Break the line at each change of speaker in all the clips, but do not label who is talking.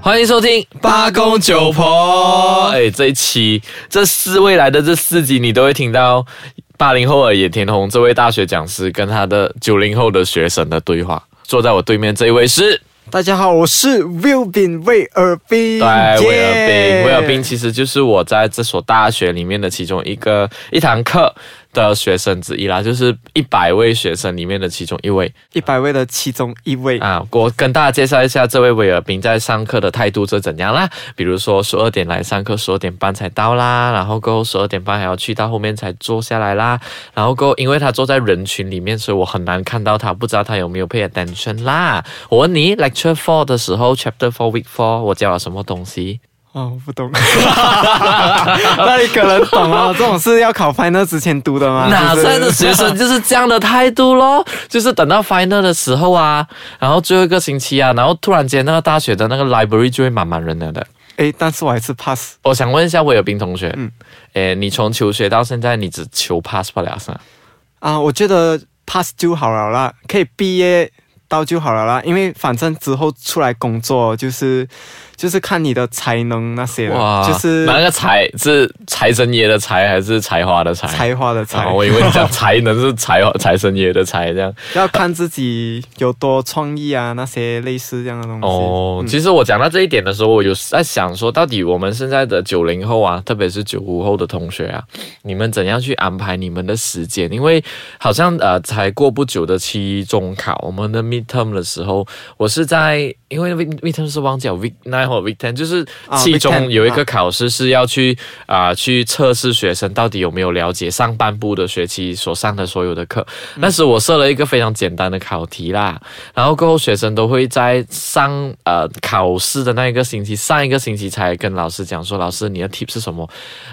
欢迎收听
八公九
哦
婆，
哎，这一期这四未来的这四集，你都会听到八零后的野田宏这位大学讲师跟他的九零后的学生的对话。坐在我对面这一位是，
大家好，我是 Will 饼魏尔斌，
对，威尔
耶
宾，威尔宾，其实就是我在这所大学里面的其中一个一堂课的学生之一啦，就是一百位学生里面的其中一位。
一百位的其中一位。
啊，我跟大家介绍一下这位威尔宾在上课的态度是怎样啦。比如说十二点来上课，十二点半才到啦，然后过后十二点半还要去到后面才坐下来啦。然后过后，因为他坐在人群里面，所以我很难看到他，不知道他有没有 pay attention 啦。我问你，lecture four 的时候，chapter four week four，我教了什么东西？
哦，我不懂， 那你可能懂哦。这种是要考 final 之前读的吗？
哪
是不是
在的学生就是这样的态度咯，就是等到 final 的时候啊，然后最后一个星期啊，然后突然间那个大学的那个 library 就会满满人了的。
哎，但是我还是 pass。
我想问一下威尔宾同学，嗯
嗯，
诶，你从求学到现在，你只求 pass 不了是吗？
啊，我觉得 pass 就好了啦，可以毕业到就好了啦，因为反正之后出来工作就是就是看你的才能那些了，就是
哪个才是财神爷的财还是才华的才？
才华的才
啊，，我以为你讲才能是才华财神爷的财这样。
要看自己有多创意啊，那些类似这样的东西。
哦，
嗯
其实我讲到这一点的时候，我有在想说，到底我们现在的九零后啊，特别是九五后的同学啊，你们怎样去安排你们的时间？因为好像呃，才过不久的期中考，我们的 midterm 的时候，我是在因为 mid- midterm 是忘记了 week nine 或 week ten，就是
啊
期
week
中
10
有一个
啊
考试是要去啊、去测试学生到底有没有了解上半部的学期所上的所有的课。那时我设了一个非常简单的考题啦，然后过后学生都会在上呃考试的那一个星期，上一个星期才跟老师讲说，老师你的 tip 是什么？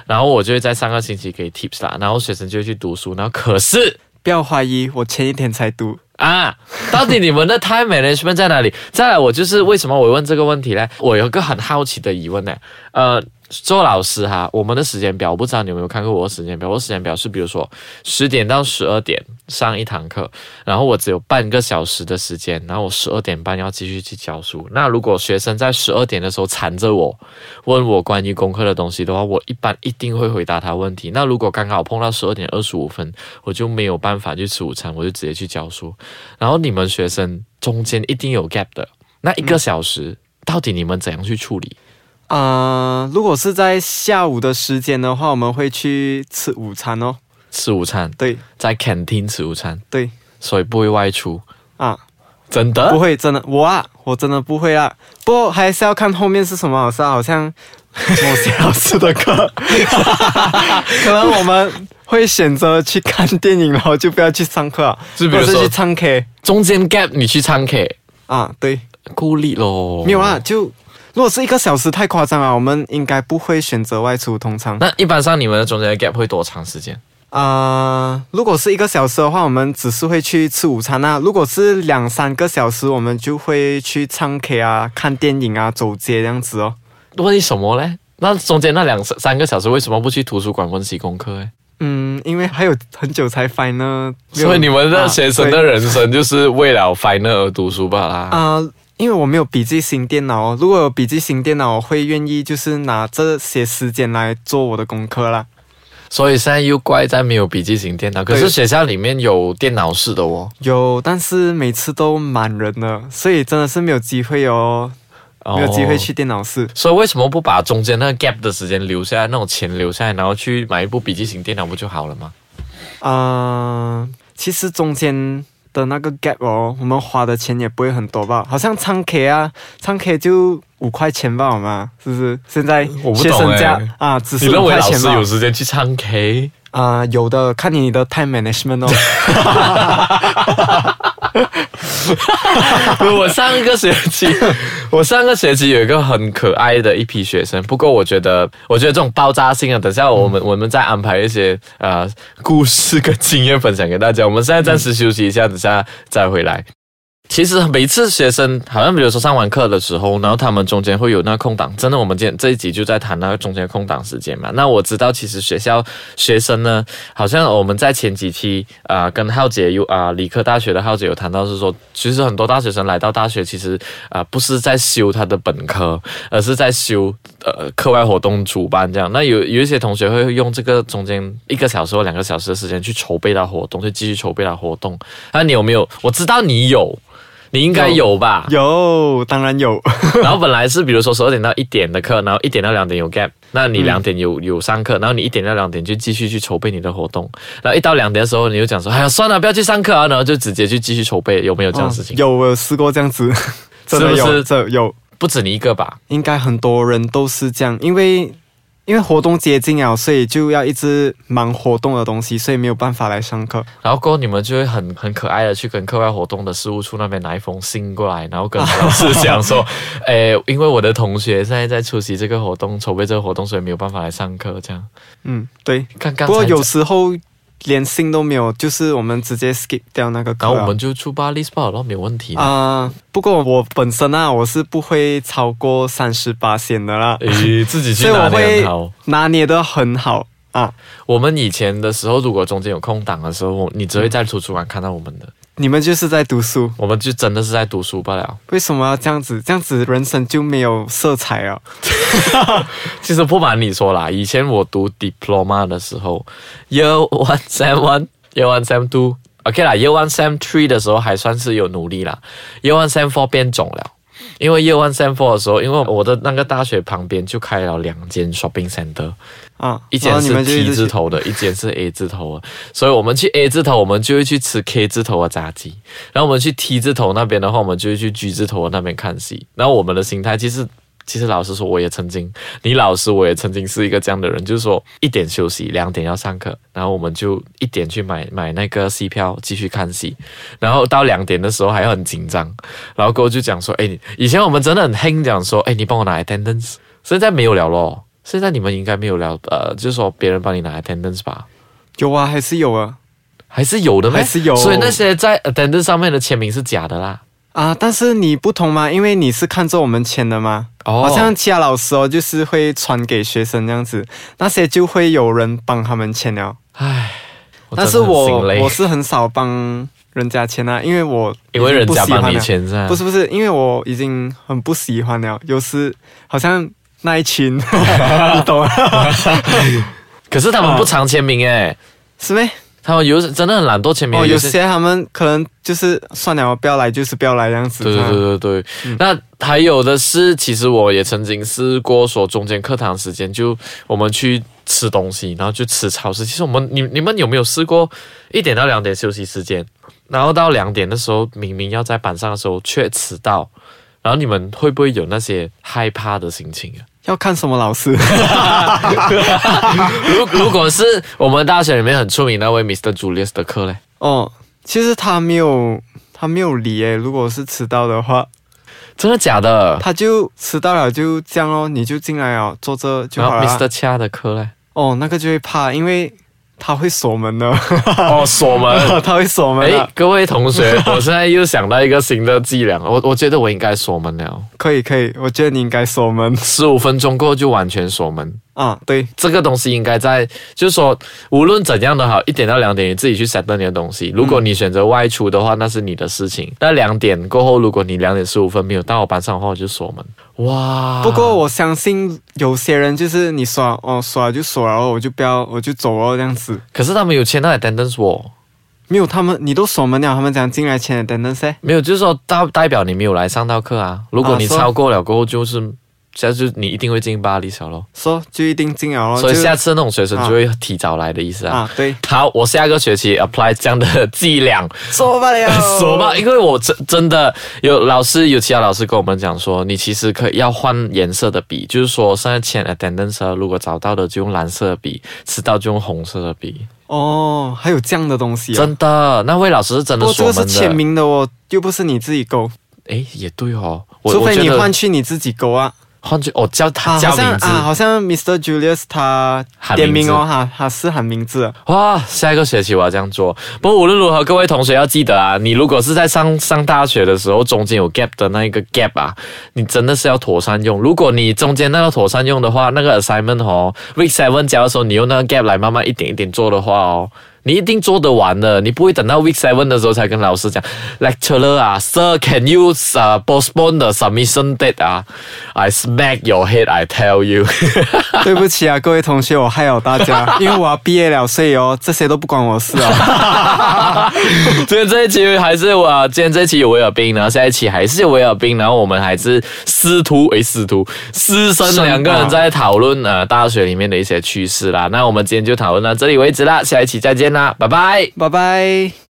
然后我就会在上个星期给 tips 啦，然后学生就会去读书，然后可是。
不要怀疑，我前一天才读。
啊，到底你们的 time management 在哪里？ 再来，我就是为什么我问这个问题呢？我有一个很好奇的疑问呢。呃，做老师哈，我们的时间表，我不知道你有没有看过我的时间表？我的时间表是比如说十点到十二点上一堂课，然后我只有半个小时的时间，然后我十二点半要继续去教书。那如果学生在十二点的时候缠着我，问我关于功课的东西的话，我一般一定会回答他问题。那如果刚好碰到十二点二十五分，我就没有办法去吃午餐，我就直接去教书。然后你们学生中间一定有 gap 的，那一
嗯
个小时、到底你们怎样去处理？
啊、如果是在下午的时间的话，我们会去吃午餐哦。
吃午餐，
对
在 canteen 吃午餐，
对
所以不会外出，
啊，
真
不
的。
会，真的我啊，我真的不会啊。不过还是要看后面是什么老师啊，好像某些老师 的课，可能我们会选择去看电影，然后就不要去上课啊，
就比
或
如
者
说
是去唱 K
中间 gap 你去唱 K，
啊，对。
孤立咯。
没有啊啦，。就如果是一个小时太夸张啊了，我们应该不会选择外出。通常啊、
那一般上你们的中间的 gap 会多长时间？
啊如果是一个小时的话，我们只是会去吃午餐啊；如果是两三个小时，我们就会去唱 K 啊、看电影啊、走街这样子哦。
为什么嘞？那中间那两三个小时为什么不去图书馆温习功课嘞？
嗯，因为还有很久才 final，
所以你们的
啊
学生
对
的人生就是为了 final 而读书罢啦。
啊、因为我没有笔记型电脑哦，如果有笔记型电脑，我会愿意就是拿这些时间来做我的功课啦。
所以现在又怪在没有笔记型电脑，可
对
是学校里面有电脑室的哦。
有，但是每次都满人了，所以真的是没有机会哦。没有
哦
机会去电脑室。
所以为什么不把中间那个 gap 的时间留下来，那种钱留下来，然后去买一部笔记型电脑不就好了吗？
啊，其实中间的那个 gap 哦，我们花的钱也不会很多吧？好像唱 K 啊，唱 K 就五块钱吧，好吗？是不是？现在
我不懂
学生价
欸
啊，只
你
是
认
五
为
块
老
钱
师
吧
有？时间去唱 K？
啊，有的，看你的 time management 哦。
我上一个学期，我上个学期有一个很可爱的一批学生，不过我觉得，我觉得这种爆炸性的，啊等下我们、我们再安排一些呃故事跟经验分享给大家。我们现在暂时休息一下，等下再回来。其实每次学生好像比如说上完课的时候，然后他们中间会有那个空档，真的，我们今天这一集就在谈那个中间空档时间嘛。那我知道，其实学校学生呢，好像我们在前几期啊、呃跟浩姐有啊、理科大学的浩姐有谈到是说，其实很多大学生来到大学，其实啊、不是在修他的本科，而是在修呃课外活动主办这样。那有有一些同学会用这个中间一个小时或两个小时的时间去筹备到活动，就继续筹备到活动。那你有没有？我知道你有，你应该有吧。
有，当然有。
然后本来是比如说十二点到一点的课，然后一点到两点有 gap，那你两点有、有上
嗯
课，然后你一点到两点就继续去筹备你的活动，然后一到两点的时候你就讲说，哎呀算了，不要去上课啊，然后就直接去继续筹备，有没有这样的事情？
有，我有试过这样子， 真的
是不
有，
是
这有。
不止你一个吧？
应该很多人都是这样，因为因为活动接近了，所以就要一直忙活动的东西，所以没有办法来上课。
然后过后你们就会很很可爱的去跟课外活动的事务处那边拿一封信过来，然后跟老师讲 说，哎，因为我的同学现在在出席这个活动，筹备这个活动，所以没有办法来上课，这样。
嗯，对。
刚刚
不过有时候连信都没有，就是我们直接 skip 掉那个课
然
了。
后我们就出巴 list 报，然后没有问题的。
啊、不过我本身啊，我是不会超过三十八线的啦，
诶，自己去
所以
拿
我
捏
会
很好。
拿捏的很好啊。
我们以前的时候，如果中间有空档的时候，我你只会在图书馆看到我们的，
你们就是在读书，
我们就真的是在读书罢了。
为什么要这样子？这样子人生就没有色彩啊。
其实不瞒你说啦，以前我读 diploma 的时候，year one sem one year one sem two。OK 啦，Year One Sem Three 的时候还算是有努力啦，Year One Sem Four 变种了，因为 Year One Sem Four 的时候，因为我的那个大学旁边就开了两间 shopping center，
啊，
一
然
间
后你
是
们就
T
一
字
直
头的，一间是 A 字头的，所以我们去 A 字头，我们就会去吃 K 字头的炸鸡；然后我们去 T 字头那边的话，我们就会去 G 字头那边看戏。然后我们的心态其实。其实老实说，我也曾经，你老师我也曾经是一个这样的人，就是说一点休息，两点要上课，然后我们就一点去买买那个戏票继续看戏，然后到两点的时候还很紧张，然后过后就讲说，哎，你以前我们真的很兴讲说，哎，你帮我拿 attendance，现在没有了咯，现在你们应该没有了，呃，就是说别人帮你拿 attendance 吧，
有啊，还是有啊。
还是有的咩？
还是有
所以那些在 attendance 上面的签名是假的啦。
啊，但是你不同嘛，因为你是看着我们签的嘛。
哦
好像其他老师哦，就是会传给学生这样子，那些就会有人帮他们签了。
唉，
但是
真的很
我
心累
我是很少帮人家签啊，因为我
因为人家帮你
签，
签是啊吧
不是不是，因为我已经很不喜欢了，有时好像那一群， 你懂啊？
可是他们不常签名诶，
是呗？
他们有时真的很懒惰签名。
哦，有
有些
些他们可能就是算了，不要来就是不要来这样子。
对对对对对，那还有的是，其实我也曾经试过，说中间课堂时间就我们去吃东西，然后就吃超市。其实我们你你们有没有试过一点到两点休息时间，然后到两点的时候明明要在班上的时候却迟到，然后你们会不会有那些害怕的心情啊？
要看什么老 师。
如如果是我们大学里面很出名那位 Mr. Julius 的课嘞，
哦，其实他没有，他没有理诶。如果是迟到的话，
真的假的？
他就迟到了，就这样咯，你就进来哦，坐这就
然后
好了啊。
Mr. Chia 的课嘞？
哦，那个就会怕，因为他会锁门的，
哦，锁门
他会锁门
哎
的。，
各位同学，我现在又想到一个新的伎俩，我我觉得我应该锁门了，
可以可以，我觉得你应该 锁门
十五分钟过后就完全锁门。
啊。对，
这个东西应该在，就是说，无论怎样的好，一点到两点你自己去 set 你的东西。如果你选择外出的话，那是你的事情。那两点过后，如果你两点十五分没有到我班上的话，我就锁门。哇！
不过我相信有些人就是你锁哦锁了就锁了，我就不要我就走了这样子。
可是他们有签到 attendance 我
没有他们，你都锁门了，他们讲进来签等等噻。
没有，就是说代代表你没有来上到课啊。如果
啊
你
说
超过了过后，就是下次你一定会进巴黎小咯。
说、就一定进了咯。
所以
哦就
下次那种学生就会提早来的意思啊。
啊 对，
好，我下个学期 apply 这样的伎俩，
锁吧了
说吧，因为我真真的有老师有其他老师跟我们讲说，你其实可以要换颜色的笔，就是说现在签 attendance 啊如果找到的就用蓝色的笔，迟到就用红色的笔，
哦，还有这样的东西、啊。
真的，那位老师是真
不
的
过这
说我
个
们
是签
的，
名的哦，又不是你自己勾，
诶，也对哦，我
除
我
非
觉
你
得
换去你自己勾啊。
换句哦叫他、
啊，
叫
好像
名字、
啊，好像 Mr. Julius 他
喊
点
名字
名哦，哈，他是喊名字。
哇，下一个学期我要这样做。不过无论如何，各位同学要记得啊，你如果是在上上大学的时候，中间有 gap 的那一个 gap 啊，你真的是要妥善用。如果你中间那个妥善用的话，那个 assignment 哦，week seven 交的时候，你用那个 gap 来慢慢一点一点做的话哦。你一定做得完的，你不会等到 week seven 的时候才跟老师讲，lecturer 啊，sir，can you 啊 postpone the submission date 啊？I smack your head, I tell you
对不起啊，各位同学，我害了大家，因为我要毕业了，所以哦，这些都不关我事 啊。
今天这一期还是我，今天这一期有威尔宾，然后下一期还是有威尔宾，然后我们还是师徒诶，师徒师生两个人在讨论呃大学里面的一些趣事啦。那我们今天就讨论到这里为止啦，下一期再见啦，拜拜。
拜拜。